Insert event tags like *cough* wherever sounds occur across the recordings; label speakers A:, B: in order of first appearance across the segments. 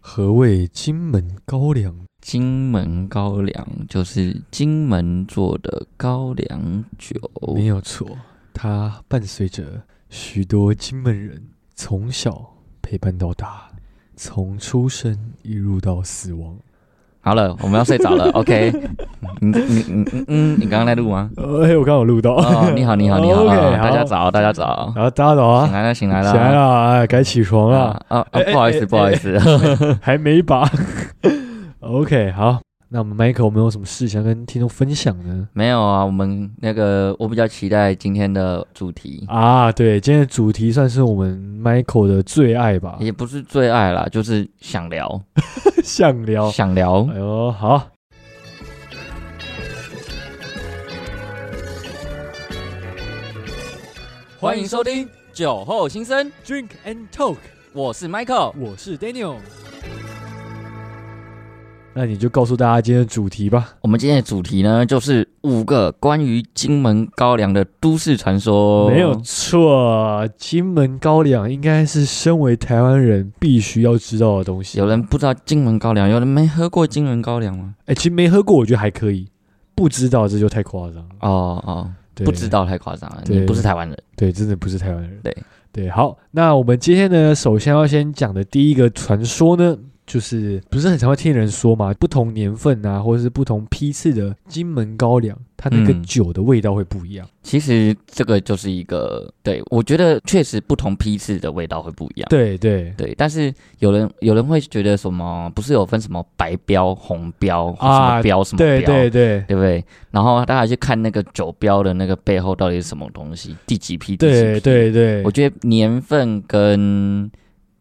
A: 何谓金门高粱？
B: 金门高粱就是金门做的高粱酒，
A: 没有错，它伴随着许多金门人从小陪伴到大，从出生一路到死亡。
B: 好了，我们要睡着
A: *laughs*
B: 了。OK，你你你嗯嗯，你刚刚在录吗？
A: 呃，嘿我刚好录到。
B: 哦，你好，你好，你好，
A: OK，
B: 啊大家
A: 好
B: 早，大家早，
A: 然后大家早
B: 醒
A: 啊，
B: 来了，醒来
A: 起
B: 了，
A: 来了，哎，该起床了。
B: 啊啊！啊
A: 哎哎
B: 不好意思，
A: 哎
B: 不好意思，
A: 还没 *laughs* 吧？OK，好，那我们 Michael 有没有什么事想跟听众分享呢？
B: *laughs* 没有啊。我们那个，我比较期待今天的主题，
A: 啊，对，今天的主题算是我们 Michael 的最爱吧，
B: 也不是最爱啦，就是想聊，
A: *laughs* 想聊。
B: 想聊
A: 哎。呦，好，
B: 欢迎收听酒后心声，
A: Drink and Talk，
B: 我是 Michael。
A: 我是 Daniel。那你就告诉大家今天的主题吧。
B: 我们今天的主题呢，就是五个关于金门高粱的都市传说。
A: 没有错，金门高粱应该是身为台湾人必须要知道的东西。
B: 有人不知道金门高粱，有人没喝过金门高粱吗？
A: 哎、其实没喝过，我觉得还可以。不知道这就太夸张了。
B: 哦哦，
A: 对
B: 不知道太夸张了，
A: 对
B: 你不是台湾人。
A: 对，真的不是台湾人。
B: 对
A: 对，好，那我们今天呢，首先要先讲的第一个传说呢，就是不是很常会听人说嘛，不同年份啊，或者是不同批次的金门高粱，它那个
B: 嗯
A: 酒的味道会不一样。
B: 其实这个就是一个，对我觉得确实不同批次的味道会不一样。
A: 对对
B: 对，但是有人有人会觉得什么，不是有分什么白标、红标、什
A: 啊
B: 么标、什么标，
A: 对对对
B: 对不对？然后大家去看那个酒标的那个背后到底是什么东西，第几批？第几
A: 对
B: 批，
A: 对对
B: 我，觉得年份跟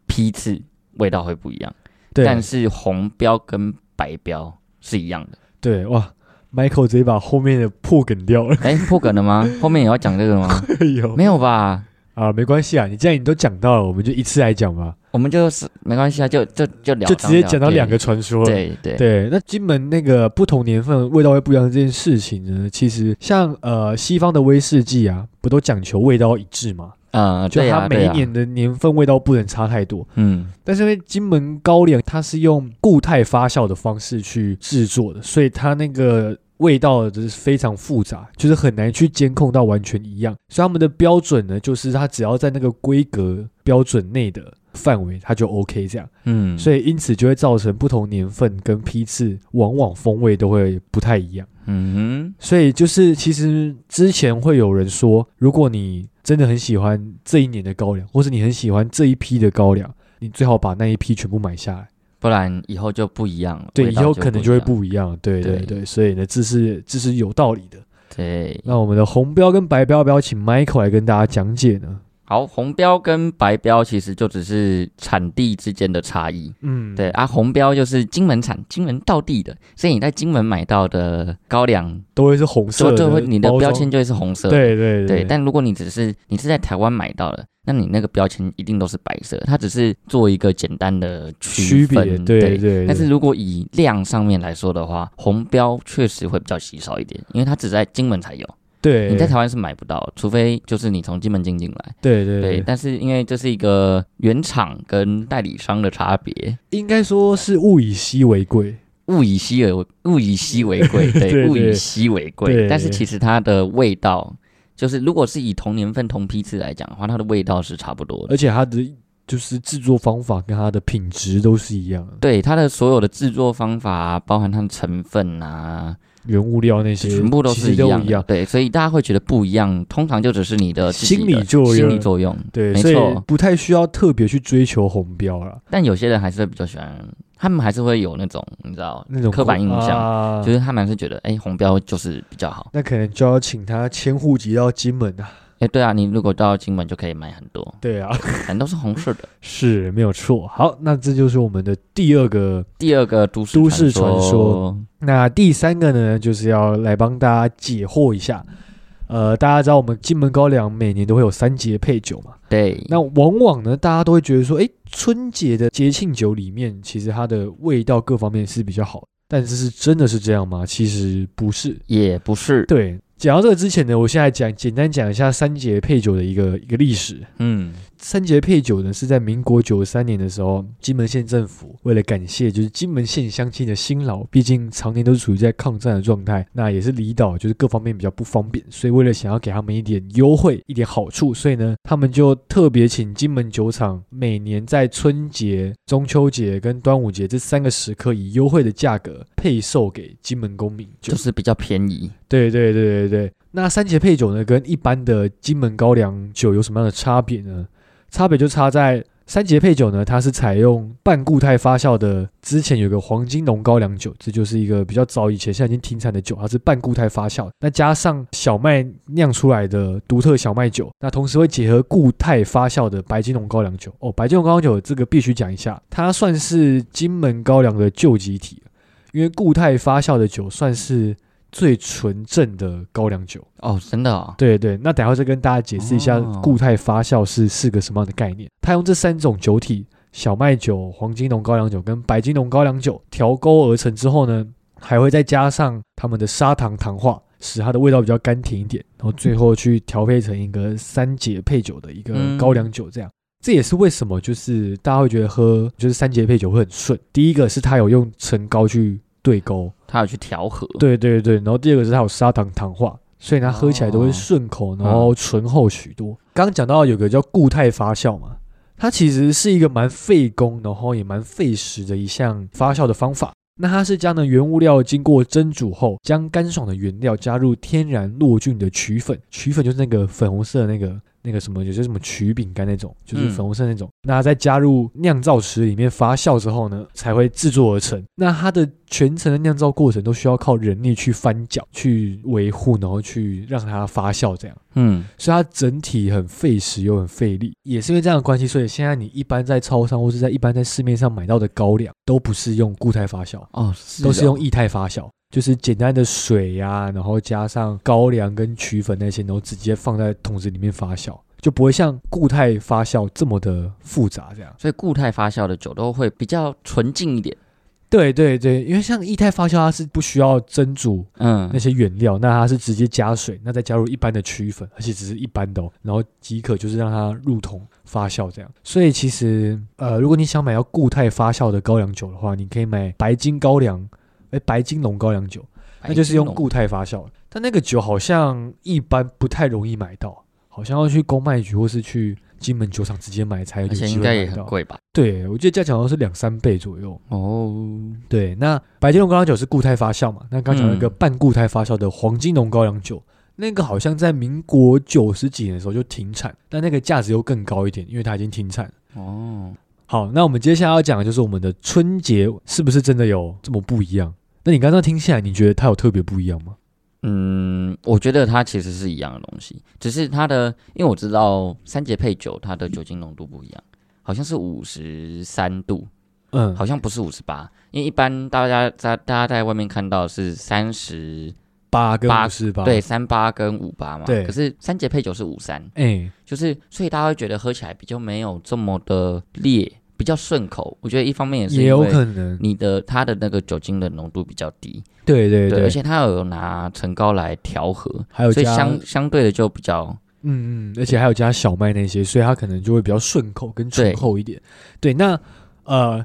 B: 批次味道会不一样，
A: 对
B: 但是红标跟白标是
A: *laughs*
B: 一样的。
A: 对哇，Michael 直接把后面的破梗掉了。
B: 哎，破梗了 *laughs* 吗？后面也要讲这个吗？
A: 哎呦，
B: 没有吧？
A: 啊，没关系啊，你既然你都讲到了，我们就一次来讲吧，
B: 我们就是没关系啊，就就就聊，
A: 就直接讲到两个传说了。
B: 对。对对，
A: 对，那金门那个不同年份味道会不一样的这件事情呢，其实像呃西方的威士忌啊，不都讲求味道一致嘛？
B: 嗯，
A: 就
B: 对
A: 它
B: 啊，
A: 每
B: 对
A: 一
B: 啊，
A: 年的年份味道不能差太多。
B: 嗯，
A: 但是因为金门高粱它是用固态发酵的方式去制作的，所以它那个味道就是非常复杂，就是很难去监控到完全一样。所以他们的标准呢，就是它只要在那个规格标准内的范围，它就 OK 这样。
B: 嗯，
A: 所
B: 以
A: 以因此就会造成不同年份跟批次往往风味都会不太一样。
B: 嗯
A: 所以就是其实之前会有人说，如果你真的很喜欢这一年的高粱，或是你很喜欢这一批的高粱，你最好把那一批全部买下来。
B: 哼，不然以后就不一样了。
A: 对，
B: 味
A: 以
B: 道
A: 后可能就
B: 就
A: 会
B: 一样
A: 不一样。对对
B: 对
A: 对，所以呢，这是这是有道理的。
B: 对。
A: 那我们的红标跟白标要不要请 Michael 来跟大家讲解呢？
B: 好，红标跟白标其实就只是产地之间的差异。
A: 嗯，
B: 对，啊，红标就是金门产，金门到地的，所以你在金门买到的高粱，
A: 都会是红色
B: 就
A: 的
B: 就会你的
A: 包
B: 标
A: 装
B: 签。就会是红色的。
A: 对对
B: 对，但如果你只是你是在台湾买到的，那你那个标签一定都是白色，它只是做一个简单的
A: 区别
B: 分
A: 对
B: 对
A: 对对，
B: 但是如果以量上面来说的话，红标确实会比较稀少一点，因为它只在金门才有，
A: 对
B: 你在台湾是买不到，除非就是你从金门进进来。
A: 对对
B: 对，
A: 对，
B: 但是因为这是一个原厂跟代理商的差别，
A: 应该说是物以稀为贵。
B: 物以稀为物以稀为
A: *laughs*
B: 贵，对，
A: 对
B: 物以
A: 对
B: 稀为贵
A: 对。
B: 但是其实它的味道，就是如果是以同年份同批次来讲的话，它的味道是差不多的。
A: 而且它的就是制作方法跟它的品质都是一样的，
B: 对它的所有的制作方法、包含它的成分啊，
A: 原物料那些
B: 全部都
A: 其
B: 是
A: 实
B: 一
A: 都
B: 样的。对，所以大家会觉得不一样，通常就只是你的自己的
A: 心理作用
B: 心理作用。
A: 对，
B: 没
A: 所以
B: 错。
A: 不太需要特别去追求红标啦，
B: 但有些人还是会比较喜欢，他们还是会有那种你知道
A: 那种
B: 刻板印象，
A: 啊
B: 就是他们还是觉得哎、红标就是比较好。
A: 那可能就要请他迁户籍到金门啊。
B: 哎、对啊，你如果到金门就可以买很多，
A: 对啊， *laughs*
B: 反正都是红色的。
A: 是没有错。好，那这就是我们的第二个。
B: 第二个都市
A: 都市
B: 传
A: 传说，那第三个呢，就是要来帮大家解惑一下。呃，大家知道我们金门高粱每年都会有三节配酒嘛？
B: 对，
A: 那往往呢，大家都会觉得说，诶，春节的节庆酒里面，其实它的味道各方面是比较好的，但这是真的是这样吗？其实不是。
B: 也不是，
A: 对，讲到这个之前呢，我现在讲简单讲一下三节配酒的一个一个历史。
B: 嗯，
A: 三节配酒呢，是在民国九十三年的时候，金门县政府为了感谢就是金门县乡亲的辛劳，毕竟常年都是处于在抗战的状态，那也是离岛，就是各方面比较不方便，所以为了想要给他们一点优惠、一点好处，所以呢，他们就特别请金门酒厂每年在春节、中秋节跟端午节这三个时刻，以优惠的价格配售给金门公民酒
B: 就。是比较便宜。
A: 对对对对对。那三节配酒呢，跟一般的金门高粱酒有什么样的差别呢？差别就差在三节配酒呢，它是采用半固态发酵的。之前有个黄金龙高粱酒，这就是一个比较早以前，现在已经停产的酒，它是半固态发酵，那加上小麦酿出来的独特小麦酒，那同时会结合固态发酵的白金龙高粱酒。哦，白金龙高粱酒这个必须讲一下，它算是金门高粱的旧集体，因为固态发酵的酒算是最纯正的高粱酒。
B: 哦，真的哦，
A: 对对，那等一下再跟大家解释一下
B: 哦
A: 固态发酵是是个什么样的概念。它用这三种酒体——小麦酒、黄金龙高粱酒跟白金龙高粱酒调勾而成之后呢，还会再加上它们的砂糖糖化，使它的味道比较甘甜一点，然后最后去调配成一个三节配酒的一个
B: 嗯
A: 高粱酒这样。这也是为什么，就是大家会觉得喝就是三节配酒会很顺。第一个是它有用陈高去对勾，
B: 它有去调和。，
A: 对对对，然后第二个是它有砂糖糖化，所以它喝起来都会
B: 哦
A: 顺口，然后醇厚许多。刚刚讲到有个叫固态发酵嘛，它其实是一个蛮费工，然后也蛮费时的一项发酵的方法。那它是将呢原物料经过蒸煮后，将干爽的原料加入天然落菌的曲粉，曲粉就是那个粉红色的那个那个什么，有些什么曲饼干那种，就是
B: 嗯
A: 粉红色那种。那再加入酿造池里面发酵之后呢，才会制作而成。那它的全程的酿造过程都需要靠人力去翻搅、去维护，然后去让它发酵这样。
B: 嗯，
A: 所以它整体很费时又很费力，也是因为这样的关系，所以现在你一般在超商或是在一般在市面上买到的高粱，都不是用固态发酵，
B: 哦，是
A: 都是
B: 哦
A: 用液态发酵，就是简单的水呀、然后加上高粱跟曲粉那些，然后直接放在桶子里面发酵，就不会像固态发酵这么的复杂这样。
B: 所以固态发酵的酒都会比较纯净一点。
A: 对对对，因为像液态发酵，它是不需要蒸煮
B: 嗯
A: 那，些原料，那它是直接加水，那再加入一般的曲粉，而且只是一般的、哦，然后即可就是让它入桶发酵这样。所以其实呃，如果你想买到固态发酵的高粱酒的话，你可以买白金高粱，哎，白金龙高粱酒，那就是
B: 哦
A: 用固态发酵的。但那个酒好像一般不太容易买到，好像要去公卖局或是去金门酒厂直接买才有
B: 白金龙，
A: 机
B: 而且应该
A: 会
B: 也
A: 买
B: 很
A: 到。
B: 贵吧？
A: 对，我记得价钱好像是两三倍左右。
B: 哦，
A: 对，那白金龙高粱酒是固态发酵嘛？那刚讲了一个
B: 嗯
A: 半固态发酵的黄金龙高粱酒，那个好像在民国九十几年的时候就停产，但那个价值又更高一点，因为它已经停产了。
B: 哦，
A: 好，那我们接下来要讲的就是我们的春节是不是真的有这么不一样？那你刚刚听下来，你觉得它有特别不一样吗？
B: 嗯，我觉得它其实是一样的东西，只是它的，因为我知道三节配酒它的酒精浓度不一样，好像是五十三度，
A: 嗯，
B: 好像不是五十八，因为一般大家在大家在外面看到是三十，
A: 八跟
B: 八
A: 五十八，
B: 对，，三八跟五八嘛，
A: 对
B: 可是三节配酒是五三，
A: 哎、
B: 就是所以大家会觉得喝起来比较没有这么的烈，比较顺口。我觉得一方面也是
A: 也
B: 因
A: 有
B: 为
A: 可能，
B: 你的它的那个酒精的浓度比较低，
A: 对对
B: 而且它有拿陈高来调和，
A: 还有
B: 所以
A: 加
B: 相相对的就比较
A: 嗯嗯，而且还有加小麦那些，所以它可能就会比较顺口跟醇
B: 对
A: 厚一点。对，那呃，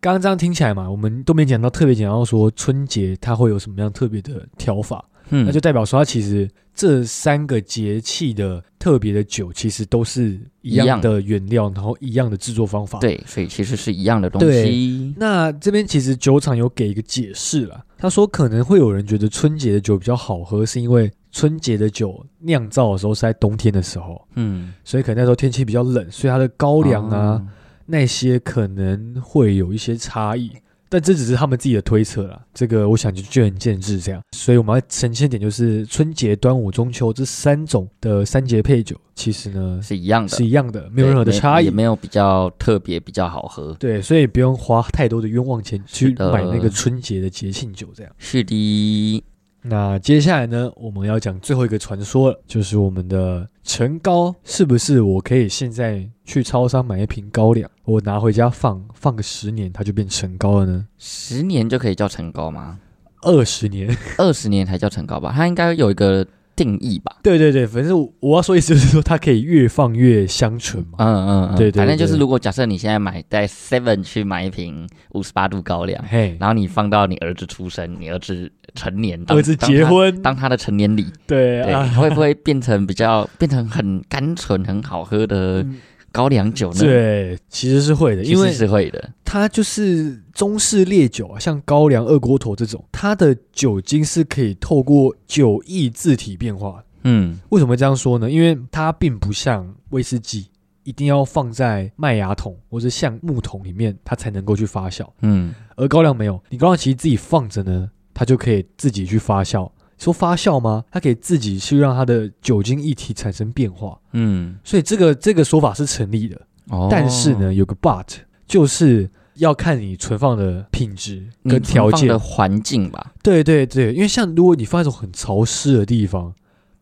A: 刚刚这样听起来嘛，我们都没讲到特别讲到说春节它会有什么样特别的调法，
B: 嗯，
A: 那就代表说它其实这三个节气的特别的酒其实都是一
B: 一
A: 样
B: 样
A: 的原料，然后一样的制作方法。，
B: 对，所以其实是一样的东西。
A: 那这边其实酒厂有给一个解释啦，他说可能会有人觉得春节的酒比较好喝，是因为春节的酒酿造的时候是在冬天的时候。
B: 嗯，
A: 所以可能那时候天气比较冷，所以它的高粱啊、
B: 哦，
A: 那些可能会有一些差异，但这只是他们自己的推测啦。这个我想就见仁见智这样。所以我们要呈现点就是春节、端午、中秋这三种的三节配酒，其实呢
B: 是一样的，
A: 是一样的，没
B: 对
A: 有任何的差
B: 也
A: 异。
B: 没有比较特别，比较好喝。
A: 对，所以不用花太多的冤枉钱去
B: 是的
A: 买那个春节的节庆酒这样。
B: 是的，
A: 那接下来呢，我们要讲最后一个传说了，就是我们的陈高是不是我可以现在去超商买一瓶高粱，我拿回家放放个十年，它就变陈高了呢？
B: 十年就可以叫陈高吗？
A: 二十年， *laughs*
B: 二十年才叫陈高吧？它应该有一个定义吧。
A: 对对对，反正我我要说意思就是说，它可以越放越香醇嘛。
B: 嗯嗯嗯，
A: 对对
B: 反正就是
A: 对
B: 如果假设你现在买在 Seven 去买一瓶五十八度高粱，
A: 嘿，
B: 然后你放到你儿子出生，你儿子成年，当
A: 儿子结，婚
B: 当他，当他的成年礼，
A: *laughs* 对
B: 对，
A: 啊，
B: 会不会变成比较变成很甘醇、很好喝的
A: 嗯
B: 高粱酒呢？，
A: 对，其实是会的，
B: 呃其
A: 因为
B: 实是会的。
A: 它就是中式烈酒啊，像高粱、二锅头这种，它的酒精是可以透过酒液自体变化的。
B: 嗯
A: 为什么这样说呢？因为它并不像威士忌，一定要放在麦芽桶或者橡木桶里面，它才能够去发酵。
B: 嗯
A: 而高粱没有，你高粱其实自己放着呢，它就可以自己去发酵。说发酵吗？它可以自己去让它的酒精液体产生变化，
B: 嗯，
A: 所以这个这个说法是成立的。
B: 哦
A: 但是，呢，有个 but，就是要看你存放的品质
B: 你
A: 跟条
B: 嗯存放
A: 件
B: 的。环境吧，
A: 对对对，因为像如果你放在一种很潮湿的地方，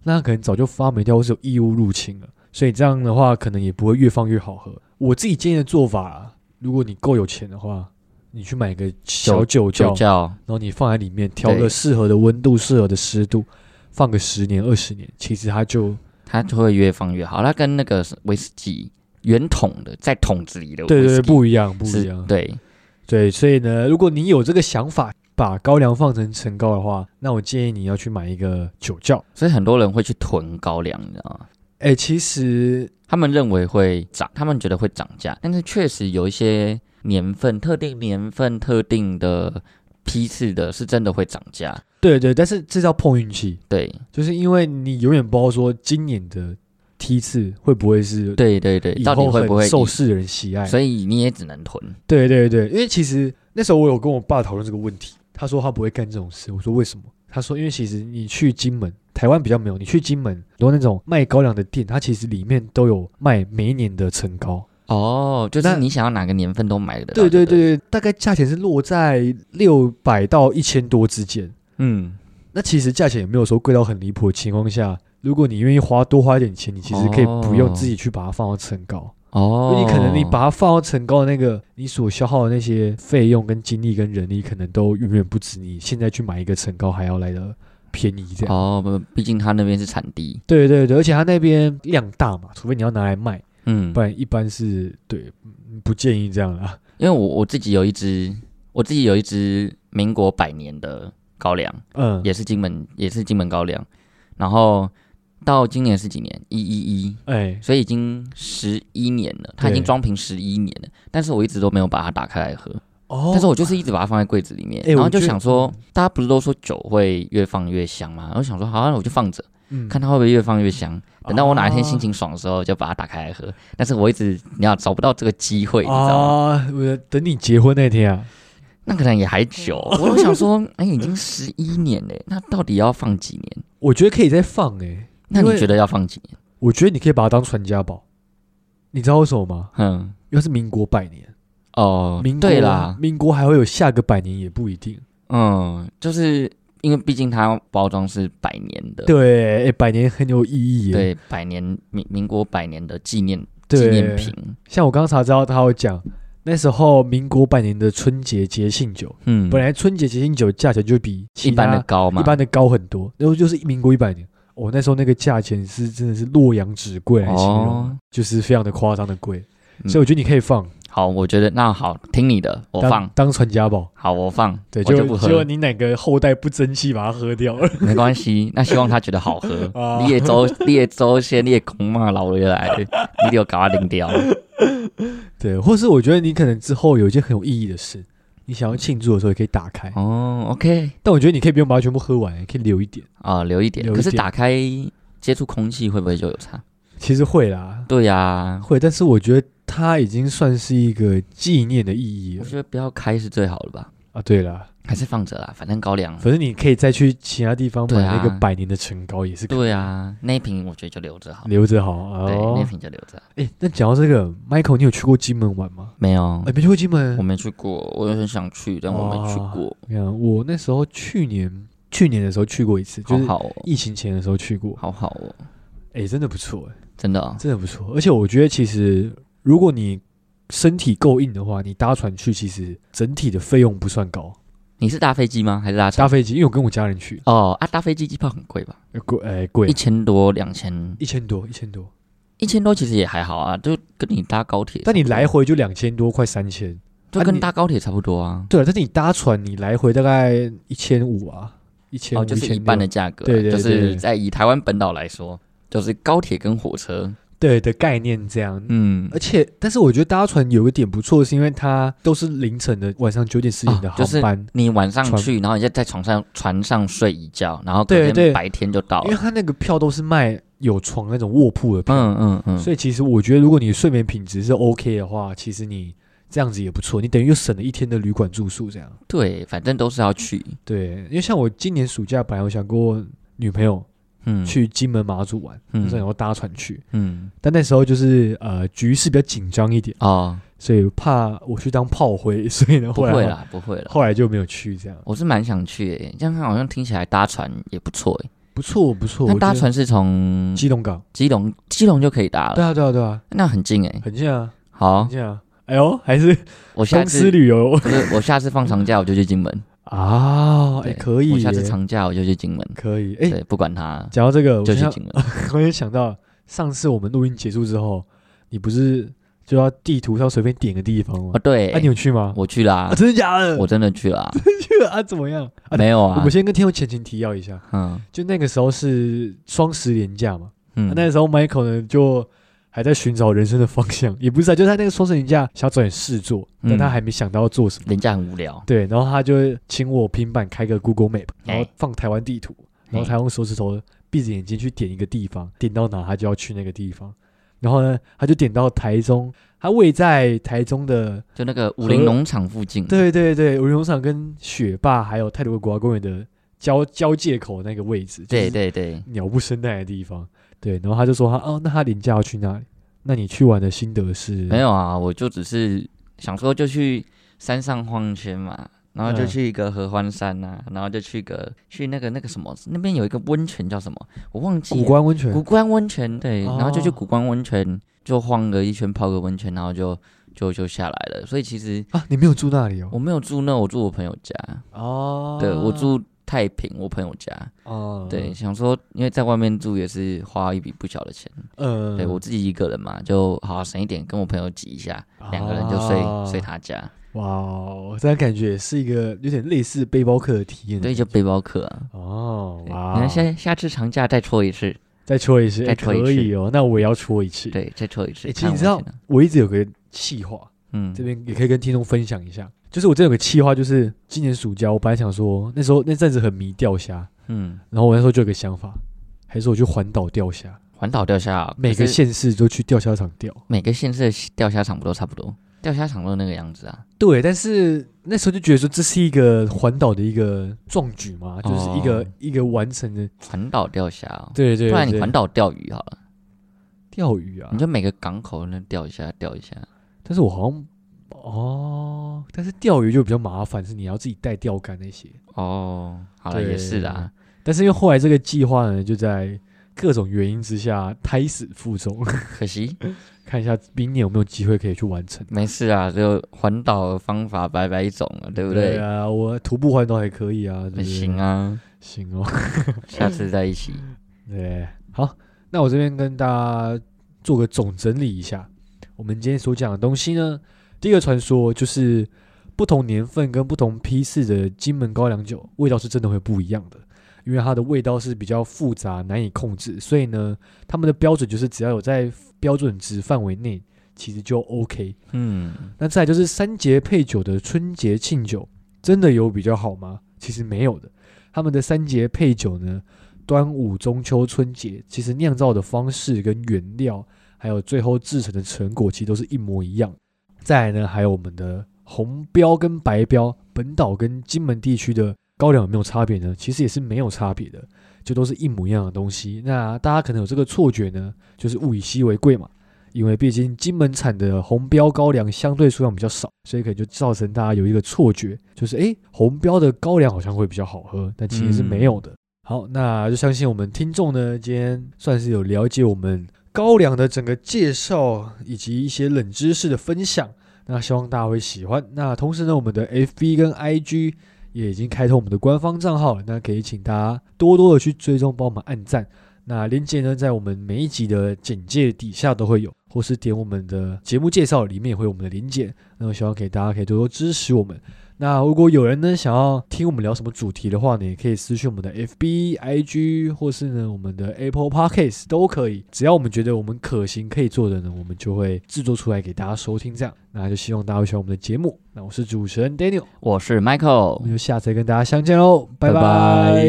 A: 那它可能早就发霉掉或是有异物入侵了，所以这样的话可能也不会越放越好喝。我自己建议的做法啊，如果你够有钱的话，你去买个小酒窖
B: 酒，窖，
A: 然后你放在里面，调
B: 对
A: 个适合的温度、适合的湿度，放个十年、二十年，其实它就
B: 它就会越放越好。它跟那个威士忌原桶的，在桶子里的
A: 对
B: 威
A: 对对
B: 士忌
A: 不一样，不
B: 是
A: 一样。
B: 对，
A: 对，所以呢，如果你有这个想法，把高粱放成陈高的话，那我建议你要去买一个酒窖。
B: 所以很多人会去囤高粱，你知道吗？
A: 哎，其实
B: 他们认为会涨，他们觉得会涨价，但是确实有一些年份、特定年份、特定的批次的，是真的会涨价。
A: 对对，但是这叫碰运气，
B: 对，
A: 就是因为你永远不知道说今年的梯次会不会是
B: 对对对，
A: 以
B: 到底
A: 后
B: 会不
A: 很
B: 会
A: 受世人喜爱。
B: 所以你也只能囤。
A: 对对对，因为其实那时候我有跟我爸讨论这个问题，他说他不会干这种事，我说为什么？他说因为其实你去金门，台湾比较没有，你去金门，然后那种卖高粱的店，它其实里面都有卖每一年的陈高。
B: 哦，就是
A: 那
B: 你想要哪个年份都买得到。
A: 对对
B: 对了，
A: 对，大概价钱是落在六百到一千多之间。
B: 嗯，
A: 那其实价钱也没有说贵到很离谱的情况下，如果你愿意花多花一点钱，你其实可以不用自己去把它放到层高，因
B: 哦，
A: 为你可能你把它放到层高的那个，你所消耗的那些费用跟精力跟人力，可能都远远不止你现在去买一个层高还要来的便宜这样。
B: 哦，不，毕竟它那边是产地，
A: 对对对，而且它那边量大嘛，除非你要拿来卖，
B: 嗯
A: 不，然一般是对嗯不建议这样啦。
B: 因为我我自己有一支，我自己有一支民国百年的高粱，
A: 嗯，
B: 也是金门，也是金门高粱，然后到今年是几年？一一一，
A: 哎，
B: 所以已经十一年了，它已经
A: 对
B: 装瓶十一年了，但是我一直都没有把它打开来喝，
A: 哦，
B: 但是我就是一直把它放在柜子里面，
A: 哎
B: 然后
A: 我
B: 就
A: 觉得
B: 想说，大家不是都说酒会越放越香吗？然后想说，好、啊，那我就放着，
A: 嗯
B: 看它会不会越放越香。等到我哪一天心
A: 情。
B: 情爽的时候，就把它打开来喝。但是我一直你要找不到这个机会，你知道吗？
A: 啊，我等你结婚那天啊，
B: 那可能也还久。
A: 哦
B: 我想说，哎，已经十一年嘞，那到底要放几年？
A: 我觉得可以再放哎、
B: 那
A: 因
B: 你
A: 为
B: 觉得要放几年？
A: 我觉得你可以把它当传家宝，你知道为什么吗？
B: 嗯，
A: 因为是民国百年，
B: 哦
A: 民，国
B: 对啦，
A: 民国还会有下个百年也不一定。
B: 嗯，就是因为毕竟它包装是百年的，
A: 对，哎，百年很有意义耶。
B: 对，百年民民国百年的纪念
A: 对
B: 纪念品，
A: 像我刚才知道他有讲，那时候民国百年的春节节庆酒，
B: 嗯，
A: 本来春节节庆酒价钱就比其
B: 一般
A: 他
B: 的高嘛，
A: 一般的高很多，然后就是民国一百年。我、那时候那个价钱是真的是洛阳纸贵来形容，
B: 哦
A: 就是非常的夸张的贵，
B: 嗯
A: 所以我觉得你可以放，
B: 好，我觉得那好，听你的，我
A: 当
B: 放，
A: 当传家宝。
B: 好，我放，
A: 对，
B: 我
A: 就
B: 就不
A: 结果
B: 喝，
A: 你哪个后代不争气，把它喝掉了。
B: *laughs* 没关系，那希望他觉得
A: *laughs*
B: 好喝
A: 啊，
B: *laughs* 你也周你也周先你也公嘛老回来，你就搞它
A: *laughs*
B: 拎掉，
A: 对，或是我觉得你可能之后有一件很有意义的事，你想要庆祝的时候也可以打开，
B: 哦，OK，
A: 但我觉得你可以不用把它全部喝完，可以留一点。
B: 啊，留一点，
A: 留一
B: 可是
A: 点
B: 打开接触空气会不会就有差？
A: 其实会啦，
B: 对
A: *laughs*
B: 呀，
A: 会，但是我觉得它已经算是一个纪念的意义
B: 我
A: 了
B: 觉得不要开是最好的吧，
A: 啊。对啦，
B: 还是放着啦，反正高
A: *laughs*
B: 粱。
A: 反正你可以再去其他地方买
B: 对啊
A: 那个百年的唇膏，也是可以
B: 对啊，那一瓶我觉得就留着好。
A: 留着好
B: 对，那一
A: 哦。
B: 瓶就留着。
A: 哎，那讲到这个，Michael，你有去过金门玩吗？
B: 没有
A: 哎，，没去过金门
B: 嗯我。没去过，我也很想去，但我没去过。
A: 你看，我那时候去年去年的时候去过一次，就是
B: 好好哦，
A: 疫情前的时候去过，
B: 好好哦，
A: 哎、真的不错、哎，
B: 真的哦。
A: 真的不错。而且我觉得，其实如果你身体够硬的话，你搭船去，其实整体的费用不算高。
B: 你是搭飞机吗？还是搭
A: 搭
B: 船？
A: 飞机，因为我跟我家人去，
B: 哦啊，搭飞机机票很贵吧？
A: 呃贵哎
B: 一
A: 贵，
B: 千多、两千，
A: 一千多一千多，
B: 一千多其实也还好啊，就跟你搭高铁差不多，
A: 但你来回就两千多，快三千。
B: 就
A: 啊
B: 跟
A: 你
B: 搭高铁差不多啊。
A: 对，但是你搭船，你来回大概一千五啊，一千
B: 哦，
A: 五
B: 就是一般的
A: 1600
B: 价格啊，
A: 对对
B: 就
A: 对
B: 是在以台湾本岛来说，就是高铁跟火车，
A: 对的概念这样。
B: 嗯，
A: 而且，但是我觉得搭船有个点不错，是因为它都是凌晨的，晚上九点十点的
B: 哦就
A: 航
B: 是
A: 班，
B: 你晚上
A: 船
B: 去，然后你就在床上船上睡一觉，然后隔
A: 对对
B: 天白天就到
A: 因为
B: 了。
A: 它那个票都是卖有床那种卧铺的票，
B: 嗯嗯嗯，
A: 所以其实我觉得，如果你睡眠品质是 OK 的话，其实你这样子也不错，你等于又省了一天的旅馆住宿这样。
B: 对，反正都是要去，
A: 对，因为像我今年暑假本来我想跟我女朋友
B: 嗯，，
A: 去金门马祖玩，
B: 嗯
A: 嗯、然后搭船去，
B: 嗯，
A: 但那时候就是呃局势比较紧张一点，
B: 哦，
A: 所以怕我去当炮灰，所以呢
B: 不
A: 后来
B: 会啦，不会啦，
A: 后来就没有去这样。
B: 我是蛮想去诶，这样看好像听起来搭船也不错诶。
A: 不错不错，
B: 那
A: 我
B: 搭
A: 觉得
B: 船是从
A: 基隆港，
B: 基隆，基隆就可以搭
A: 对
B: 了，
A: 啊对啊对啊，
B: 那很近诶。
A: 很近啊
B: 好
A: 很，近啊。哎呦，还是
B: 我下
A: 公司
B: 次
A: 旅游
B: 不是我下次放长假我就去金门，
A: 啊，哎
B: 对
A: 可以
B: 我下次
A: 耶
B: 长假我就去金门，
A: 可以哎。
B: 对，不管它
A: 讲到这个，我
B: 就去
A: 想
B: 金门。
A: *laughs* 我也想到上次我们录音结束之后，你不是就要地图上随便点个地方吗
B: 哦，？对
A: 哎、，你有去吗？
B: 我去啦
A: *laughs* 啊，，真的假的？
B: 我真的去啦，
A: 去 *laughs* 了啊，怎么样？啊
B: 没有啊
A: 我们，先跟听众前情提要一下，
B: 嗯
A: 就那个时候是双十连假嘛，啊
B: 嗯，
A: 那时候 Michael 呢就还在寻找人生的方向， *laughs* 也不是啊，就是他那个双十连假想要找点事做，但
B: 嗯
A: 他还没想到要做什么。
B: 人家很无聊，
A: 对，然后他就请我平板开个 Google Map，然后
B: 哎
A: 放台湾地图，然后他用手指头闭着眼睛去点一个地方，点到哪他就要去那个地方。然后呢，他就点到台中，他位在台中的，
B: 就那个武林农场附近，，
A: 对对对，五龙场跟雪霸还有泰鲁格国家公园的交交界口那个位置，
B: 对，对对，
A: 鸟不生蛋的地方。对，然后他就说他哦，那他廉假要去哪里？那你去玩的心得是
B: 没有啊，我就只是想说就去山上晃一圈嘛。然后就
A: 嗯
B: 去一个合欢山呐、然后就去个去那个那个什么，那边有一个温泉叫什么，我忘记
A: 古
B: 了。
A: 关温泉
B: 古关温泉，对，
A: 哦
B: 然后就去古关温泉，就晃个一圈，泡个温泉，然后就就就下来了。所以其实
A: 啊？你没有住那里哦？
B: 我没有住那，我住我朋友家，
A: 哦，
B: 对我住太平，我朋友家，
A: 哦，
B: 对，，想说因为在外面住也是花一笔不小的钱，
A: 嗯，
B: 对我自己一个人嘛，就好好省一点，跟我朋友挤一下，两个人就睡、
A: 啊
B: 睡他家，
A: 哇哦，这样感觉也是一个有点类似背包客的体验。
B: 对，就背包客啊。
A: 哦，
B: 对
A: 哇哦，
B: 你看下下次长假再搓一次，
A: 再戳一次，
B: 再
A: 哎
B: 戳一次
A: 可以哦，那我也要戳一次。，
B: 对，再搓一次。
A: 哎其实
B: 看
A: 你
B: 我
A: 知道
B: 去哪，
A: 我一直有个计划，
B: 嗯
A: 这，边也可以跟听众分享一下。就是我这有个计划，就是今年暑假，我本来想说那时候那阵子很迷钓虾，
B: 嗯，
A: 然后我那时候就有个想法，还是我去环岛钓虾，
B: 环岛钓虾，
A: 每
B: 可
A: 个
B: 是
A: 县市都去钓虾场钓。
B: 每个县市的钓虾场不都差不多？钓虾场都那个样子啊。
A: 对，但是那时候就觉得说这是一个环岛的一个壮举嘛，就是一个、
B: 哦
A: 一个完成的。
B: 环岛钓虾、哦，
A: 对对对，
B: 不然你环岛钓鱼好了，
A: 钓鱼啊，
B: 你就每个港口那钓一下，钓一下。
A: 但是我好像哦，但是钓鱼就比较麻烦，是你要自己带钓竿那些。
B: 哦，好了，
A: 对
B: 也是啦，
A: 但是因为后来这个计划呢，就在各种原因之下胎死腹中。 *laughs*
B: 可惜
A: 看一下明年有没有机会可以去完成，
B: 没事啊，就环岛的方法百百种啊，对不对？
A: 啊，我徒步环岛还可以啊，对不对
B: 行，啊，
A: 行哦，
B: 下次再
A: *laughs*
B: 一起。
A: 对，好，那我这边跟大家做个总整理一下，我们今天所讲的东西呢，第一个传说就是不同年份跟不同批次的金门高粱酒味道是真的会不一样的，因为它的味道是比较复杂难以控制，所以呢，他们的标准就是只要有在标准值范围内，其实就 OK。
B: 嗯，
A: 那再来就是三节配酒的春节庆酒，真的有比较好吗？其实没有的。他们的三节配酒呢，端午、中秋、春节，其实酿造的方式跟原料，还有最后制成的成果，其实都是一模一样。再来呢，还有我们的红标跟白标，本岛跟金门地区的高粱有没有差别呢？其实也是没有差别的，就都是一模一样的东西。那大家可能有这个错觉呢，就是物以稀为贵嘛。因为毕竟金门产的红标高粱相对数量比较少，所以可能就造成大家有一个错觉，就是诶，红标的高粱好像会比较好喝，但其实是没有的。好，那就相信我们听众呢，今天算是有了解我们高粱的整个介绍以及一些冷知识的分享。那希望大家会喜欢。那同时呢，我们的 FB 跟 IG 也已经开通我们的官方账号了，那可以请大家多多的去追踪，帮我们按赞。那链接呢，在我们每一集的简介底下都会有，或是点我们的节目介绍里面也会有我们的链接。那我希望给大家可以多多支持我们。那如果有人呢想要听我们聊什么主题的话呢，也可以私讯我们的 FB、IG，或是呢我们的 Apple Podcast 都可以。只要我们觉得我们可行可以做的呢，我们就会制作出来给大家收听。这样，那就希望大家会喜欢我们的节目。那我是主持人 Daniel，
B: 我是
A: 我
B: Michael，
A: 们就下次再跟大家相见喽，拜
B: 拜
A: 拜
B: 拜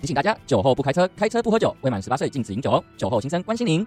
B: 提醒大家：酒后不开车，开车不喝酒。未满十八岁禁止饮酒哦。酒后心生关心您。